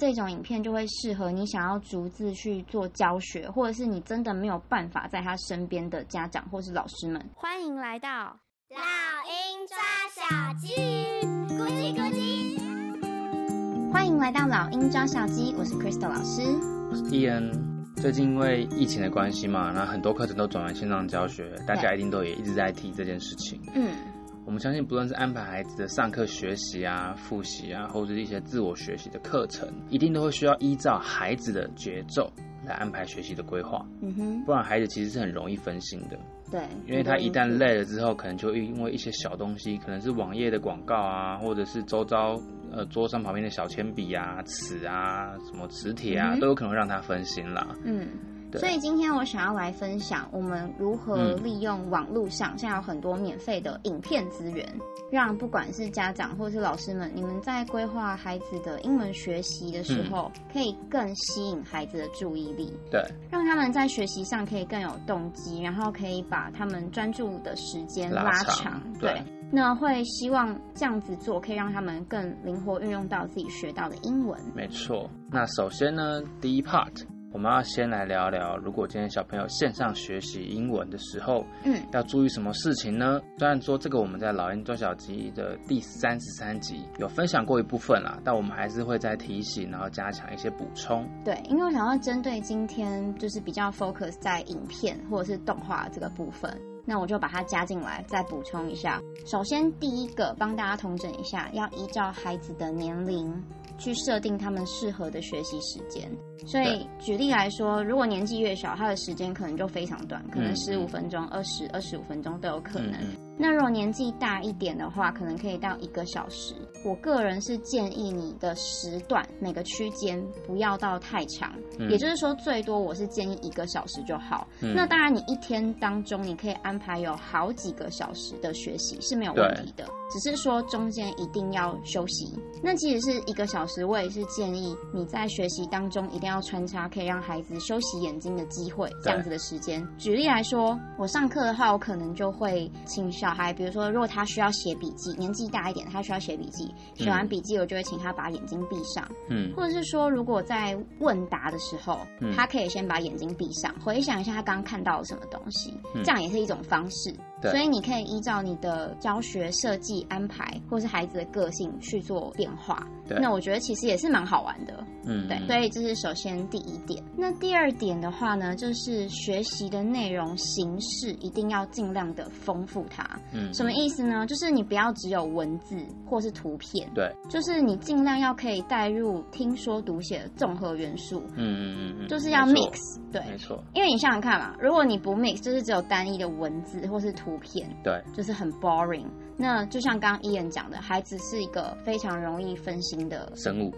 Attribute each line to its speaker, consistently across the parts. Speaker 1: 这种影片就会适合你想要逐字去做教学，或者是你真的没有办法在他身边的家长或是老师们。欢迎来到
Speaker 2: 老鹰抓小鸡，咕叽咕叽。
Speaker 1: 欢迎来到老鹰抓小鸡，我是 Crystal 老师。
Speaker 3: 我是 Ian。最近因为疫情的关系嘛，那很多课程都转为线上教学，大家一定都也一直在提这件事情。
Speaker 1: 嗯，
Speaker 3: 我们相信，不论是安排孩子的上课学习啊、复习啊，或者是一些自我学习的课程，一定都会需要依照孩子的节奏来安排学习的规划，
Speaker 1: 嗯哼，
Speaker 3: 不然孩子其实是很容易分心的。
Speaker 1: 嗯对，
Speaker 3: 因为他一旦累了之后，可能就因为一些小东西，可能是网页的广告啊，或者是周遭呃桌上旁边的小铅笔啊、尺啊、什么磁铁
Speaker 1: 嗯
Speaker 3: 啊，
Speaker 1: 哼
Speaker 3: 都有可能让他分心啦。
Speaker 1: 嗯。
Speaker 3: 对
Speaker 1: 所以今天我想要来分享我们如何
Speaker 3: 嗯
Speaker 1: 利用网络上现在有很多免费的影片资源，让不管是家长或是老师们，你们在规划孩子的英文学习的时候，
Speaker 3: 嗯
Speaker 1: 可以更吸引孩子的注意力，
Speaker 3: 对，
Speaker 1: 让他们在学习上可以更有动机，然后可以把他们专注的时间
Speaker 3: 拉
Speaker 1: 长。
Speaker 3: 长
Speaker 1: 对，
Speaker 3: 对
Speaker 1: 那会希望这样子做，可以让他们更灵活运用到自己学到的英文。
Speaker 3: 没错。那首先呢，第一 part，我们要先来聊聊，如果今天小朋友线上学习英文的时候，
Speaker 1: 嗯
Speaker 3: 要注意什么事情呢？虽然说这个我们在《老鹰抓小鸡》的第三十三集有分享过一部分啦，但我们还是会再提醒，然后加强一些补充。
Speaker 1: 对，因为我想要针对今天就是比较 focus 在影片或者是动画这个部分，那我就把它加进来，再补充一下。首先，第一个帮大家统整一下，要依照孩子的年龄去设定他们适合的学习时间。所以
Speaker 3: 对
Speaker 1: 举例来说，如果年纪越小，他的时间可能就非常短，可能
Speaker 3: 嗯
Speaker 1: 十五分钟、二十、二十五分钟都有可能。
Speaker 3: 嗯
Speaker 1: 那如果年纪大一点的话，可能可以到一个小时。我个人是建议你的时段每个区间不要到太长，
Speaker 3: 嗯
Speaker 1: 也就是说最多我是建议一个小时就好。
Speaker 3: 嗯
Speaker 1: 那当然，你一天当中你可以安排有好几个小时的学习是没有问题的，只是说中间一定要休息。那即使是一个小时，我也是建议你在学习当中一定要穿插可以让孩子休息眼睛的机会，这样子的时间。举例来说，我上课的话，我可能就会请小孩，比如说如果他需要写笔记，年纪大一点他需要写笔记，写完
Speaker 3: 嗯
Speaker 1: 笔记我就会请他把眼睛闭上。
Speaker 3: 嗯
Speaker 1: 或者是说，如果在问答的时候，
Speaker 3: 嗯
Speaker 1: 他可以先把眼睛闭上，回想一下他刚看到了什么东西，
Speaker 3: 嗯
Speaker 1: 这样也是一种方式。
Speaker 3: 对
Speaker 1: 所以你可以依照你的教学设计安排，或是孩子的个性去做变化。
Speaker 3: 对
Speaker 1: 那我觉得其实也是蛮好玩的。
Speaker 3: 嗯，
Speaker 1: 对，
Speaker 3: 嗯
Speaker 1: 所以这是首先第一点。那第二点的话呢，就是学习的内容形式一定要尽量的丰富它。
Speaker 3: 嗯
Speaker 1: 什么意思呢？就是你不要只有文字或是图片，
Speaker 3: 对，
Speaker 1: 就是你尽量要可以带入听说读写的综合元素，
Speaker 3: 嗯嗯嗯，
Speaker 1: 就是要
Speaker 3: 没错
Speaker 1: mix 对。
Speaker 3: 没错，
Speaker 1: 因为你想想看嘛，如果你不 mix，就是只有单一的文字或是图片，
Speaker 3: 对，
Speaker 1: 就是很 boring。那就像刚刚伊人讲的，孩子是一个非常容易分心的
Speaker 3: 生 物，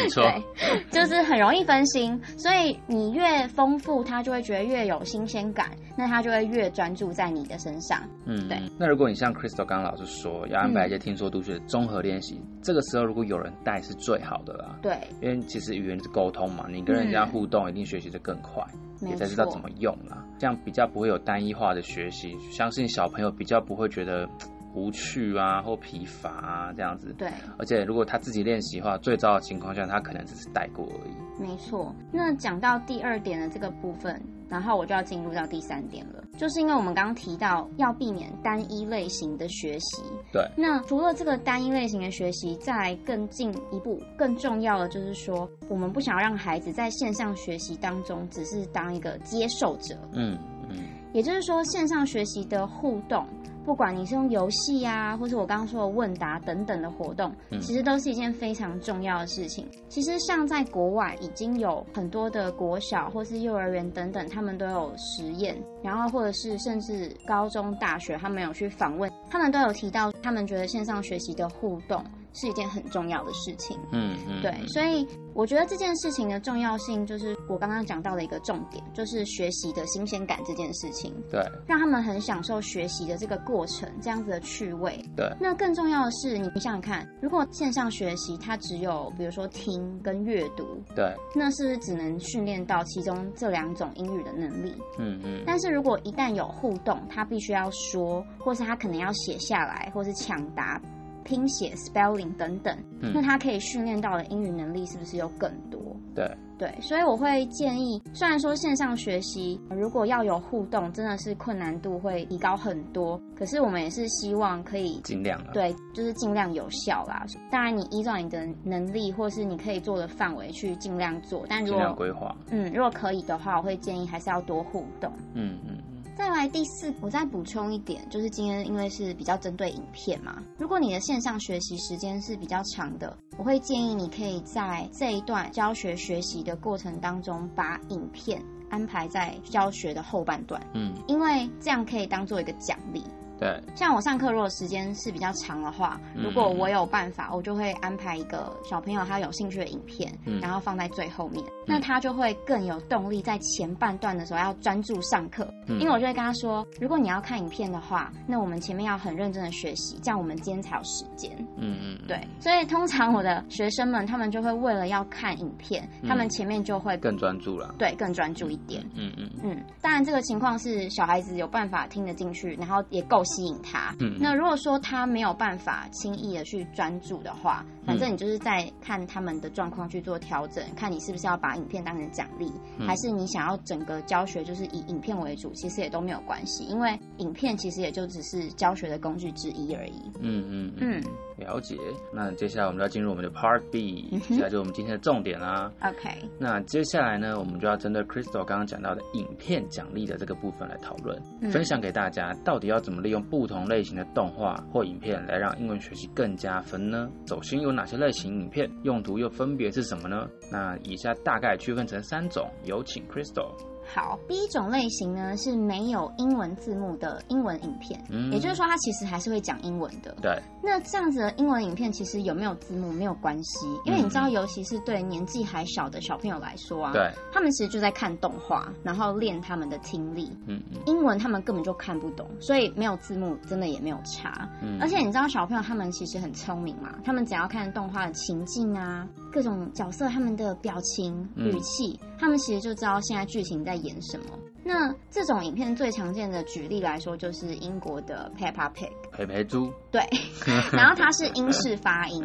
Speaker 3: 没错，
Speaker 1: 对， 就是很容易分心，所以你越丰富，他就会觉得越有新鲜感，那他就会越专注在你的身上。
Speaker 3: 嗯，
Speaker 1: 对嗯
Speaker 3: 嗯。那如果你像 Crystal 刚刚老师说，要安排一些听说读写的综合练习，这个时候如果有人带是最好的啦。
Speaker 1: 对，
Speaker 3: 因为其实语言是沟通嘛，你跟人家互动，一定学习的更快，
Speaker 1: 没
Speaker 3: 也才知道
Speaker 1: 错
Speaker 3: 怎。么用啦。这样比较不会有单一化的学习，相信小朋友比较不会觉得嘖无趣啊或疲乏啊这样子。
Speaker 1: 对，
Speaker 3: 而且如果他自己练习的话，最糟的情况下他可能只是带过而已。
Speaker 1: 没错。那讲到第二点的这个部分，然后我就要进入到第三点了，就是因为我们刚刚提到要避免单一类型的学习。
Speaker 3: 对
Speaker 1: 那除了这个单一类型的学习，再来更进一步，更重要的就是说，我们不想让孩子在线上学习当中只是当一个接受者，
Speaker 3: 嗯嗯，
Speaker 1: 也就是说，线上学习的互动，不管你是用游戏啊，或是我刚刚说的问答等等的活动，
Speaker 3: 嗯
Speaker 1: 其实都是一件非常重要的事情。其实像在国外，已经有很多的国小或是幼儿园等等，他们都有实验，然后或者是甚至高中、大学，他们有去访问，他们都有提到，他们觉得线上学习的互动是一件很重要的事情。
Speaker 3: 嗯嗯，
Speaker 1: 对，所以我觉得这件事情的重要性，就是我刚刚讲到的一个重点，就是学习的新鲜感这件事情，
Speaker 3: 对
Speaker 1: 让他们很享受学习的这个过程，这样子的趣味。
Speaker 3: 对，
Speaker 1: 那更重要的是，你想想看，如果线上学习它只有比如说听跟阅读，
Speaker 3: 对，
Speaker 1: 那是不是只能训练到其中这两种英语的能力？
Speaker 3: 嗯嗯，
Speaker 1: 但是如果一旦有互动，他必须要说，或是他可能要写下来，或是抢答。拼写、spelling 等等，
Speaker 3: 嗯
Speaker 1: 那他可以训练到的英语能力是不是又更多？
Speaker 3: 对，
Speaker 1: 对，所以我会建议，虽然说线上学习如果要有互动，真的是困难度会提高很多，可是我们也是希望可以
Speaker 3: 尽量啊了。
Speaker 1: 对，就是尽量有效啦。当然，你依照你的能力或是你可以做的范围去尽量做，但如
Speaker 3: 尽量
Speaker 1: 果
Speaker 3: 规划。
Speaker 1: 嗯，如果可以的话，我会建议还是要多互动。
Speaker 3: 嗯嗯嗯，
Speaker 1: 再来第四，我再补充一点，就是今天因为是比较针对影片嘛，如果你的线上学习时间是比较长的，我会建议你可以在这一段教学学习的过程当中，把影片安排在教学的后半段，
Speaker 3: 嗯，
Speaker 1: 因为这样可以当做一个奖励。
Speaker 3: 对，
Speaker 1: 像我上课如果时间是比较长的话，
Speaker 3: 嗯
Speaker 1: 如果我有办法，我就会安排一个小朋友他有兴趣的影片，
Speaker 3: 嗯
Speaker 1: 然后放在最后面，那他就会更有动力在前半段的时候要专注上课，
Speaker 3: 嗯
Speaker 1: 因为我就会跟他说，如果你要看影片的话，那我们前面要很认真的学习，这样我们今天才有时间。
Speaker 3: 嗯嗯，
Speaker 1: 对，所以通常我的学生们他们就会为了要看影片，
Speaker 3: 嗯
Speaker 1: 他们前面就会
Speaker 3: 更专注了。
Speaker 1: 对更专注一点。
Speaker 3: 嗯嗯
Speaker 1: 嗯，当然这个情况是小孩子有办法听得进去，然后也够吸引他。
Speaker 3: 嗯
Speaker 1: 那如果说他没有办法轻易的去专注的话，
Speaker 3: 嗯
Speaker 1: 反正你就是在看他们的状况去做调整，看你是不是要把影片当成奖励，
Speaker 3: 嗯
Speaker 1: 还是你想要整个教学就是以影片为主，其实也都没有关系，因为影片其实也就只是教学的工具之一而已。
Speaker 3: 嗯嗯
Speaker 1: 嗯，嗯
Speaker 3: 了解。那接下来我们就要进入我们的 Part B，接下来就是我们今天的重点啦。
Speaker 1: OK，
Speaker 3: 那接下来呢，我们就要针对 Crystal 刚刚讲到的影片奖励的这个部分来讨论，
Speaker 1: 嗯
Speaker 3: 分享给大家到底要怎么利用不同类型的动画或影片来让英文学习更加分呢？首先有哪些类型影片，用途又分别是什么呢？那以下大概区分成三种，有请 Crystal。
Speaker 1: 好，第一种类型呢是没有英文字幕的英文影片，
Speaker 3: 嗯
Speaker 1: 也就是说它其实还是会讲英文的。
Speaker 3: 对，
Speaker 1: 那这样子的英文影片其实有没有字幕没有关系，因为你知道，
Speaker 3: 嗯
Speaker 1: 尤其是对年纪还小的小朋友来说啊，
Speaker 3: 对，
Speaker 1: 他们其实就在看动画，然后练他们的听力。
Speaker 3: 嗯嗯
Speaker 1: 英文他们根本就看不懂，所以没有字幕真的也没有差。
Speaker 3: 嗯，
Speaker 1: 而且你知道小朋友他们其实很聪明嘛，他们只要看动画的情境啊，各种角色他们的表情、
Speaker 3: 嗯
Speaker 1: 语气，他们其实就知道现在剧情在演什么。那这种影片最常见的举例来说，就是英国的 Peppa Pig。
Speaker 3: 培培猪，
Speaker 1: 对， 然后它是英式发音，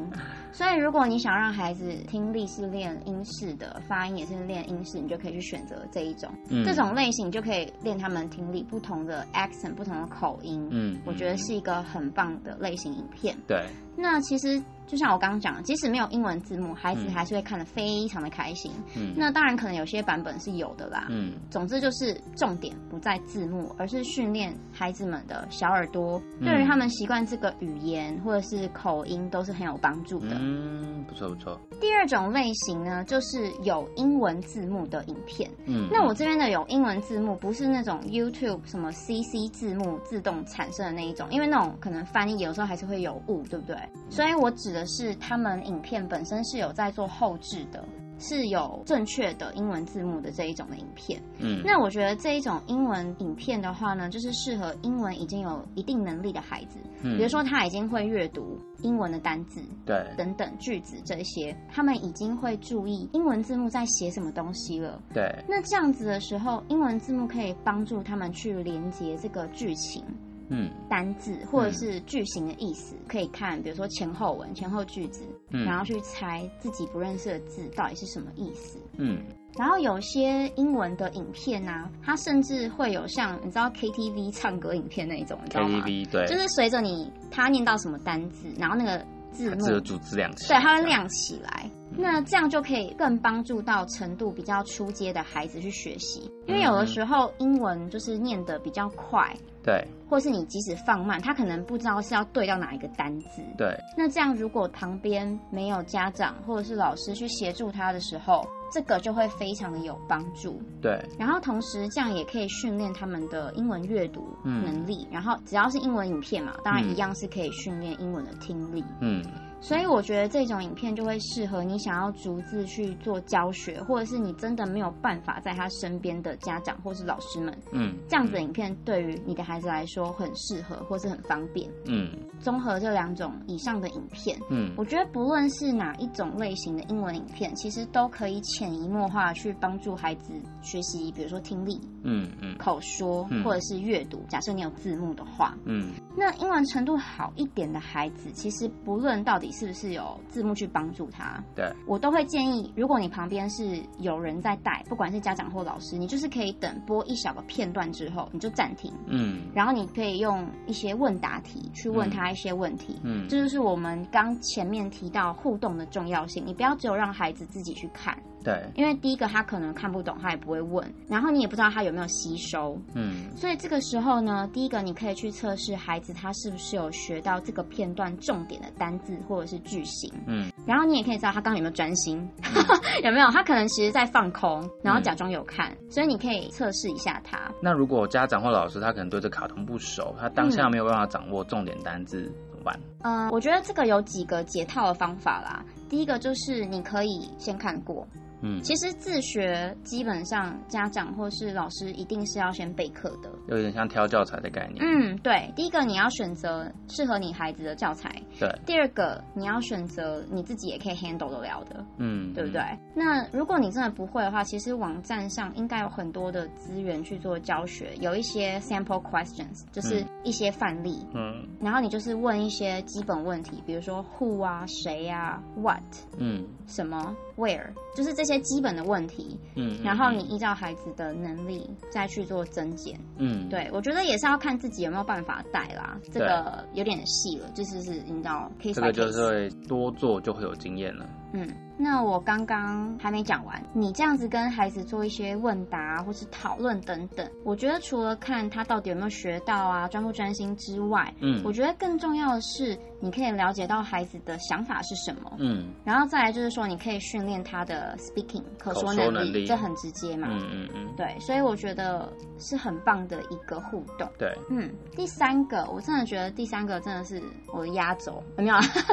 Speaker 1: 所以如果你想让孩子听力是练英式的，发音也是练英式，你就可以去选择这一种。
Speaker 3: 嗯
Speaker 1: 这种类型就可以练他们听力不同的 accent、不同的口音。
Speaker 3: 嗯
Speaker 1: 我觉得是一个很棒的类型影片。
Speaker 3: 对，
Speaker 1: 那其实就像我刚刚讲的，即使没有英文字幕，孩子
Speaker 3: 嗯
Speaker 1: 还是会看得非常的开心。
Speaker 3: 嗯
Speaker 1: 那当然，可能有些版本是有的啦。
Speaker 3: 嗯
Speaker 1: 总之就是重点不在字幕，而是训练孩子们的小耳朵，
Speaker 3: 嗯
Speaker 1: 对于他们习惯这个语言或者是口音都是很有帮助的。
Speaker 3: 嗯，不错不错，
Speaker 1: 第二种类型呢，就是有英文字幕的影片。
Speaker 3: 嗯，
Speaker 1: 那我这边的有英文字幕，不是那种 YouTube 什么 CC 字幕自动产生的那一种，因为那种可能翻译有时候还是会有误，对不对？所以我指的是他们影片本身是有在做后置的，是有正确的英文字幕的这一种的影片。
Speaker 3: 嗯
Speaker 1: 那我觉得这一种英文影片的话呢，就是适合英文已经有一定能力的孩子，
Speaker 3: 嗯
Speaker 1: 比如说他已经会阅读英文的单字
Speaker 3: 对，
Speaker 1: 等等句子这些，他们已经会注意英文字幕在写什么东西了。
Speaker 3: 对，
Speaker 1: 那这样子的时候，英文字幕可以帮助他们去连接这个剧情、
Speaker 3: 嗯
Speaker 1: 单字或者是句型的意思，可以看比如说前后文、前后句子，
Speaker 3: 嗯，
Speaker 1: 然后去猜自己不认识的字到底是什么意思。
Speaker 3: 嗯
Speaker 1: 然后有些英文的影片啊，它甚至会有像你知道 KTV 唱歌影片那一种，你知道吗？
Speaker 3: KTV 对，
Speaker 1: 就是随着你他念到什么单字，然后那个字
Speaker 3: 它
Speaker 1: 幕
Speaker 3: 只有组织两啊起，
Speaker 1: 对，它会亮起来。那这样就可以更帮助到程度比较初阶的孩子去学习，因为有
Speaker 3: 嗯
Speaker 1: 的时候英文就是念得比较快，
Speaker 3: 对
Speaker 1: 或是你即使放慢，他可能不知道是要对到哪一个单字。
Speaker 3: 对，
Speaker 1: 那这样如果旁边没有家长或者是老师去协助他的时候，这个就会非常的有帮助。
Speaker 3: 对，
Speaker 1: 然后同时这样也可以训练他们的英文阅读
Speaker 3: 嗯
Speaker 1: 能力。然后只要是英文影片嘛，当然
Speaker 3: 嗯
Speaker 1: 一样是可以训练英文的听力。
Speaker 3: 嗯
Speaker 1: 所以我觉得这种影片就会适合你想要逐字去做教学，或者是你真的没有办法在他身边的家长或是老师们，
Speaker 3: 嗯，
Speaker 1: 这样子的影片对于你的孩子来说很适合或是很方便。
Speaker 3: 嗯，
Speaker 1: 综合这两种以上的影片，
Speaker 3: 嗯
Speaker 1: 我
Speaker 3: 嗯，
Speaker 1: 觉得不论是哪一种类型的英文影片，其实都可以潜移默化地去帮助孩子学习，比如说听力、
Speaker 3: 嗯嗯
Speaker 1: 口说
Speaker 3: 嗯
Speaker 1: 或者是阅读。假设你有字幕的话，
Speaker 3: 嗯，
Speaker 1: 那英文程度好一点的孩子，其实不论到底是不是有字幕去帮助他，
Speaker 3: 对，
Speaker 1: 我都会建议，如果你旁边是有人在带，不管是家长或老师，你就是可以等播一小个片段之后，你就暂停，
Speaker 3: 嗯
Speaker 1: 然后你可以用一些问答题去问他一些问题。
Speaker 3: 嗯，
Speaker 1: 这就是我们刚前面提到互动的重要性，你不要只有让孩子自己去看，
Speaker 3: 对，
Speaker 1: 因为第一个他可能看不懂，他也不会问，然后你也不知道他有没有吸收，
Speaker 3: 嗯
Speaker 1: 所以这个时候呢，第一个你可以去测试孩子他是不是有学到这个片段重点的单字或者是句型，
Speaker 3: 嗯
Speaker 1: 然后你也可以知道他刚刚有没有专心， 有没有他可能其实在放空，然后假装有看，所以你可以测试一下他。
Speaker 3: 那如果家长或老师他可能对这卡通不熟，他当下没有办法掌握重点单字，怎么办？
Speaker 1: 嗯，我觉得这个有几个解套的方法啦。第一个就是你可以先看过，
Speaker 3: 嗯，
Speaker 1: 其实自学基本上家长或是老师一定是要先备课的。
Speaker 3: 有点像挑教材的概念。
Speaker 1: 嗯，对，第一个你要选择适合你孩子的教材，
Speaker 3: 对，
Speaker 1: 第二个，你要选择你自己也可以 handle 得了的，
Speaker 3: 嗯，
Speaker 1: 对不对？那如果你真的不会的话，其实网站上应该有很多的资源去做教学，有一些 sample questions，就是一些范例，
Speaker 3: 嗯？
Speaker 1: 然后你就是问一些基本问题，比如说 who 啊、谁啊、what
Speaker 3: 嗯嗯
Speaker 1: 什么、where，就是这些基本的问题，
Speaker 3: 嗯，
Speaker 1: 然后你依照孩子的能力再去做增减。
Speaker 3: 嗯，
Speaker 1: 对，我觉得也是要看自己有没有办法带啦，这个有点细了，就是是你知道 case
Speaker 3: 这
Speaker 1: by case。
Speaker 3: 个就是会多做就会有经验了。
Speaker 1: 嗯，那我刚刚还没讲完，你这样子跟孩子做一些问答或是讨论等等，我觉得除了看他到底有没有学到啊，专不专心之外，
Speaker 3: 嗯
Speaker 1: 我觉得更重要的是，你可以了解到孩子的想法是什么，
Speaker 3: 嗯
Speaker 1: 然后再来就是说，你可以训练他的 speaking 口
Speaker 3: 口
Speaker 1: 说
Speaker 3: 说
Speaker 1: 能力，
Speaker 3: 能力
Speaker 1: 这很直接嘛。
Speaker 3: 嗯嗯嗯，
Speaker 1: 对，所以我觉得是很棒的一个互动。
Speaker 3: 对，
Speaker 1: 嗯，第三个，我真的觉得第三个真的是我的压轴，有没有？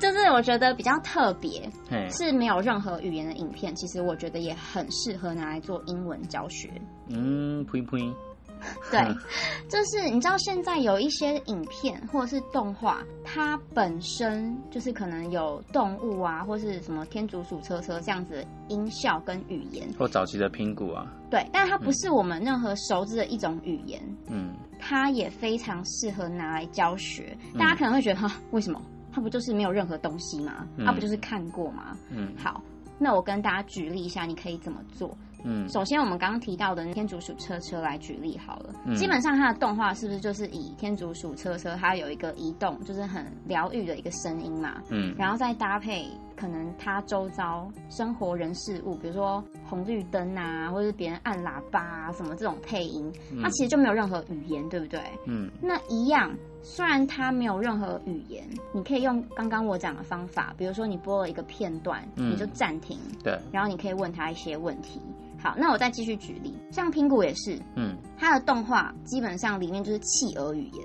Speaker 1: 就是我觉得比较特别，
Speaker 3: 嘿，
Speaker 1: 是没有任何语言的影片，其实我觉得也很适合拿来做英文教学。
Speaker 3: 嗯，呸呸，
Speaker 1: 对，就是你知道现在有一些影片或者是动画，它本身就是可能有动物啊，或是什么天竺鼠车车这样子的音效跟语言，
Speaker 3: 或早期的拼骨啊，
Speaker 1: 对，但它不是我们任何熟知的一种语言，
Speaker 3: 嗯
Speaker 1: 它也非常适合拿来教学。
Speaker 3: 嗯
Speaker 1: 大家可能会觉得哈，为什么？它不就是没有任何东西吗？
Speaker 3: 嗯
Speaker 1: 它不就是看过吗？
Speaker 3: 嗯
Speaker 1: 好，那我跟大家举例一下，你可以怎么做。
Speaker 3: 嗯，
Speaker 1: 首先，我们刚刚提到的天竺鼠车车来举例好了。
Speaker 3: 嗯
Speaker 1: 基本上，它的动画是不是就是以天竺鼠车车它有一个移动，就是很疗愈的一个声音嘛？
Speaker 3: 嗯
Speaker 1: 然后再搭配可能它周遭生活人事物，比如说红绿灯啊，或者是别人按喇叭啊什么这种配音，它其实就没有任何语言，对不对？
Speaker 3: 嗯
Speaker 1: 那一样，虽然它没有任何语言，你可以用刚刚我讲的方法，比如说你播了一个片段，
Speaker 3: 嗯
Speaker 1: 你就暂停，
Speaker 3: 对，
Speaker 1: 然后你可以问他一些问题。好，那我再继续举例，像苹果也是，
Speaker 3: 嗯
Speaker 1: 它的动画基本上里面就是企鹅语言，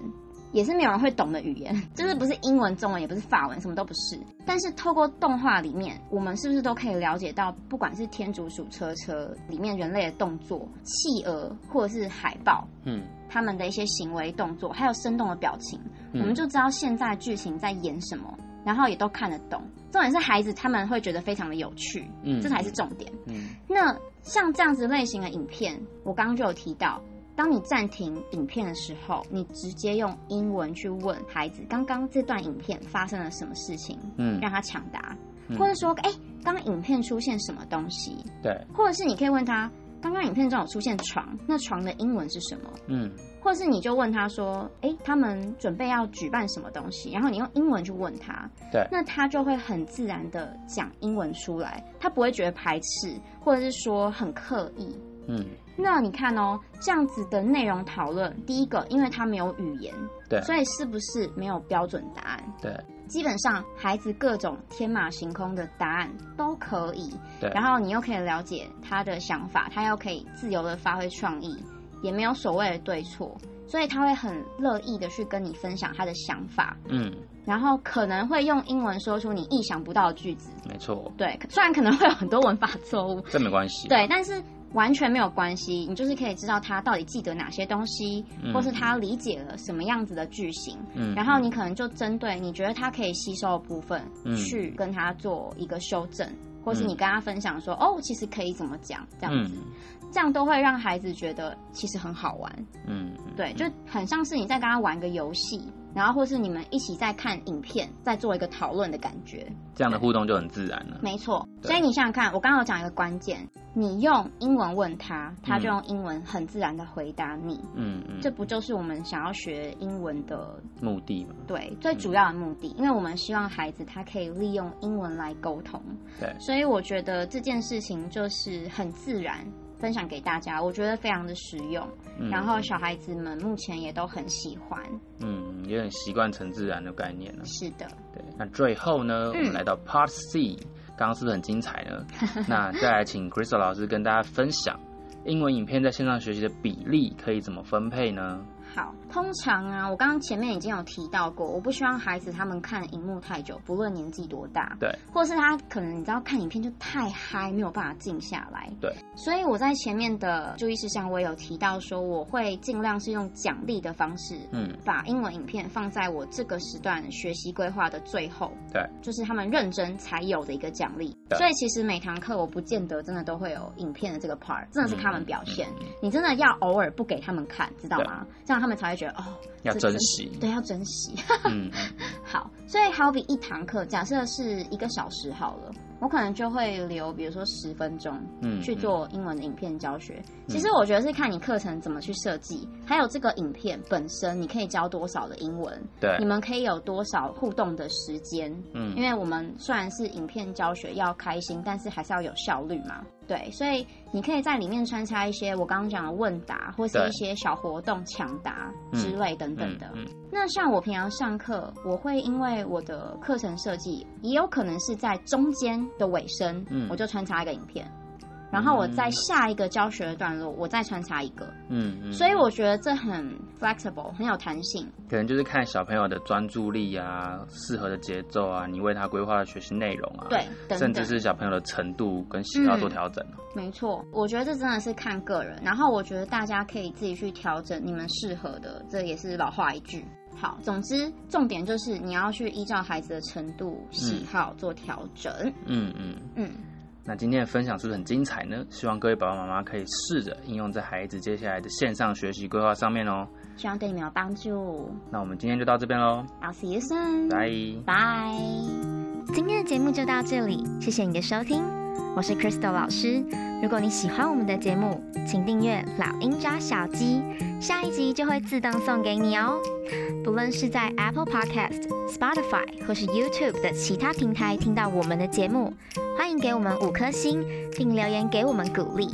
Speaker 1: 也是没有人会懂的语言， 就是不是英文、中文，也不是法文，什么都不是。但是透过动画里面，我们是不是都可以了解到，不管是天竺鼠车车里面人类的动作、企鹅或者是海豹，
Speaker 3: 嗯，
Speaker 1: 他们的一些行为动作，还有生动的表情，
Speaker 3: 嗯
Speaker 1: 我们就知道现在剧情在演什么，然后也都看得懂。重点是孩子他们会觉得非常的有趣，
Speaker 3: 嗯
Speaker 1: 这才是重点。
Speaker 3: 嗯
Speaker 1: 那像这样子类型的影片，我刚刚就有提到，当你暂停影片的时候，你直接用英文去问孩子，刚刚这段影片发生了什么事情，
Speaker 3: 嗯
Speaker 1: 让他抢答，
Speaker 3: 嗯
Speaker 1: 或者说，哎、刚刚影片出现什么东西，
Speaker 3: 对，
Speaker 1: 或者是你可以问他，刚刚影片中有出现床，那床的英文是什么？
Speaker 3: 嗯
Speaker 1: 或是你就问他说：“诶，他们准备要举办什么东西？”然后你用英文去问他，
Speaker 3: 对
Speaker 1: 那他就会很自然的讲英文出来，他不会觉得排斥，或者是说很刻意。
Speaker 3: 嗯
Speaker 1: 那你看哦，这样子的内容讨论，第一个，因为他没有语言，
Speaker 3: 对
Speaker 1: 所以是不是没有标准答案？
Speaker 3: 对
Speaker 1: 基本上，孩子各种天马行空的答案都可以，
Speaker 3: 对，
Speaker 1: 然后你又可以了解他的想法，他又可以自由的发挥创意，也没有所谓的对错，所以他会很乐意的去跟你分享他的想法。
Speaker 3: 嗯
Speaker 1: 然后可能会用英文说出你意想不到的句子。
Speaker 3: 没错，
Speaker 1: 对，虽然可能会有很多文法错误，
Speaker 3: 这没关系。
Speaker 1: 对，但是完全没有关系，你就是可以知道他到底记得哪些东西，
Speaker 3: 嗯
Speaker 1: 或是他理解了什么样子的句型。
Speaker 3: 嗯，
Speaker 1: 然后你可能就针对你觉得他可以吸收的部分，
Speaker 3: 嗯
Speaker 1: 去跟他做一个修正，或是
Speaker 3: 嗯
Speaker 1: 你跟他分享说，哦，其实可以怎么讲，这样子，
Speaker 3: 嗯
Speaker 1: 这样都会让孩子觉得其实很好玩。
Speaker 3: 嗯，嗯
Speaker 1: 对，就很像是你在跟他玩个游戏，然后或是你们一起在看影片，在做一个讨论的感觉。
Speaker 3: 这样的互动就很自然了。
Speaker 1: 没错，
Speaker 3: 嗯对
Speaker 1: 所以你想想看，我刚刚有讲一个关键，你用英文问他，他就
Speaker 3: 嗯
Speaker 1: 用英文很自然的回答你，
Speaker 3: 嗯嗯，
Speaker 1: 这不就是我们想要学英文的
Speaker 3: 目的嘛，
Speaker 1: 对，最主要的目
Speaker 3: 嗯
Speaker 1: 的，因为我们希望孩子他可以利用英文来沟通，
Speaker 3: 对
Speaker 1: 所以我觉得这件事情就是很自然，分享给大家，我觉得非常的实用，
Speaker 3: 嗯
Speaker 1: 然后小孩子们目前也都很喜欢。
Speaker 3: 嗯，有点习惯成自然的概念了。
Speaker 1: 是的，
Speaker 3: 对，那最后呢，我们来到 Part C，刚刚是不是很精彩呢？那再来请 Crystal 老师跟大家分享英文影片在线上学习的比例可以怎么分配呢？
Speaker 1: 好，通常啊，我刚刚前面已经有提到过，我不希望孩子他们看荧幕太久，不论年纪多大，
Speaker 3: 对，
Speaker 1: 或是他可能你知道看影片就太嗨，没有办法静下来，
Speaker 3: 对，
Speaker 1: 所以我在前面的注意事项我也有提到说，我会尽量是用奖励的方式，
Speaker 3: 嗯，
Speaker 1: 把英文影片放在我这个时段学习规划的最后，
Speaker 3: 对，
Speaker 1: 就是他们认真才有的一个奖励。
Speaker 3: 对
Speaker 1: 所以其实每堂课我不见得真的都会有影片的这个 part，真的是他们表现。
Speaker 3: 嗯嗯
Speaker 1: 你真的要偶尔不给他们看，知道吗？这样他们才会觉得哦，
Speaker 3: 要
Speaker 1: 这
Speaker 3: 珍
Speaker 1: 真
Speaker 3: 惜
Speaker 1: 对，要珍惜。
Speaker 3: 嗯，嗯
Speaker 1: 好，所以好比一堂课，假设是一个小时好了，我可能就会留，比如说十分钟，
Speaker 3: 嗯
Speaker 1: 去做英文的影片教学。其
Speaker 3: 嗯
Speaker 1: 实我觉得是看你课程怎么去设计，还有这个影片本身你可以教多少的英文，
Speaker 3: 对
Speaker 1: 你，们可以有多少互动的时间。
Speaker 3: 嗯
Speaker 1: 因为我们虽然是影片教学要开心，但是还是要有效率嘛。对，所以你可以在里面穿插一些我刚刚讲的问答，或是
Speaker 3: 对
Speaker 1: 一些小活动抢答
Speaker 3: 嗯
Speaker 1: 之类等等的。
Speaker 3: 嗯
Speaker 1: 那像我平常上课，我会因为我的课程设计，也有可能是在中间的尾声，
Speaker 3: 嗯
Speaker 1: 我就穿插一个影片，然后我在
Speaker 3: 嗯
Speaker 1: 下一个教学的段落，我再穿插一个。
Speaker 3: 嗯嗯，
Speaker 1: 所以我觉得这很 flexible，很有弹性。
Speaker 3: 可能就是看小朋友的专注力啊，适合的节奏啊，你为他规划的学习内容啊，
Speaker 1: 对，等
Speaker 3: 甚
Speaker 1: 等
Speaker 3: 至，是小朋友的程度跟喜好
Speaker 1: 嗯
Speaker 3: 做调整。
Speaker 1: 没错，我觉得这真的是看个人。然后我觉得大家可以自己去调整你们适合的，这也是老话一句。好，总之重点就是你要去依照孩子的程度、喜
Speaker 3: 嗯
Speaker 1: 好做调整。
Speaker 3: 嗯嗯，
Speaker 1: 嗯
Speaker 3: 那今天的分享是不是很精彩呢？希望各位爸爸妈妈可以试着应用在孩子接下来的线上学习规划上面哦。
Speaker 1: 希望对你们有帮助。
Speaker 3: 那我们今天就到这边喽，
Speaker 1: I'll see you soon.
Speaker 3: 拜。
Speaker 1: Bye.
Speaker 4: 今天的节目就到这里，谢谢你的收听，我是 Crystal 老师。如果你喜欢我们的节目，请订阅《老鹰抓小鸡》，下一集就会自动送给你哦。不论是在 Apple Podcast、Spotify 或是 YouTube 的其他平台听到我们的节目，欢迎给我们五颗星，并留言给我们鼓励。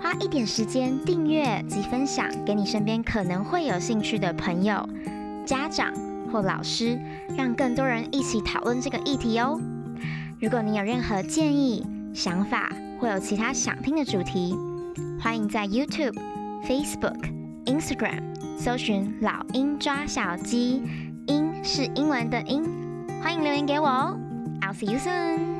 Speaker 4: 花一点时间订阅及分享给你身边可能会有兴趣的朋友、家长或老师。让更多人一起讨论这个议题哦。如果你有任何建议、想法，或有其他想听的主题，欢迎在 YouTube、Facebook、Instagram 搜寻“老鹰抓小鸡”，鹰是英文的鹰，欢迎留言给我哦。I'll see you soon.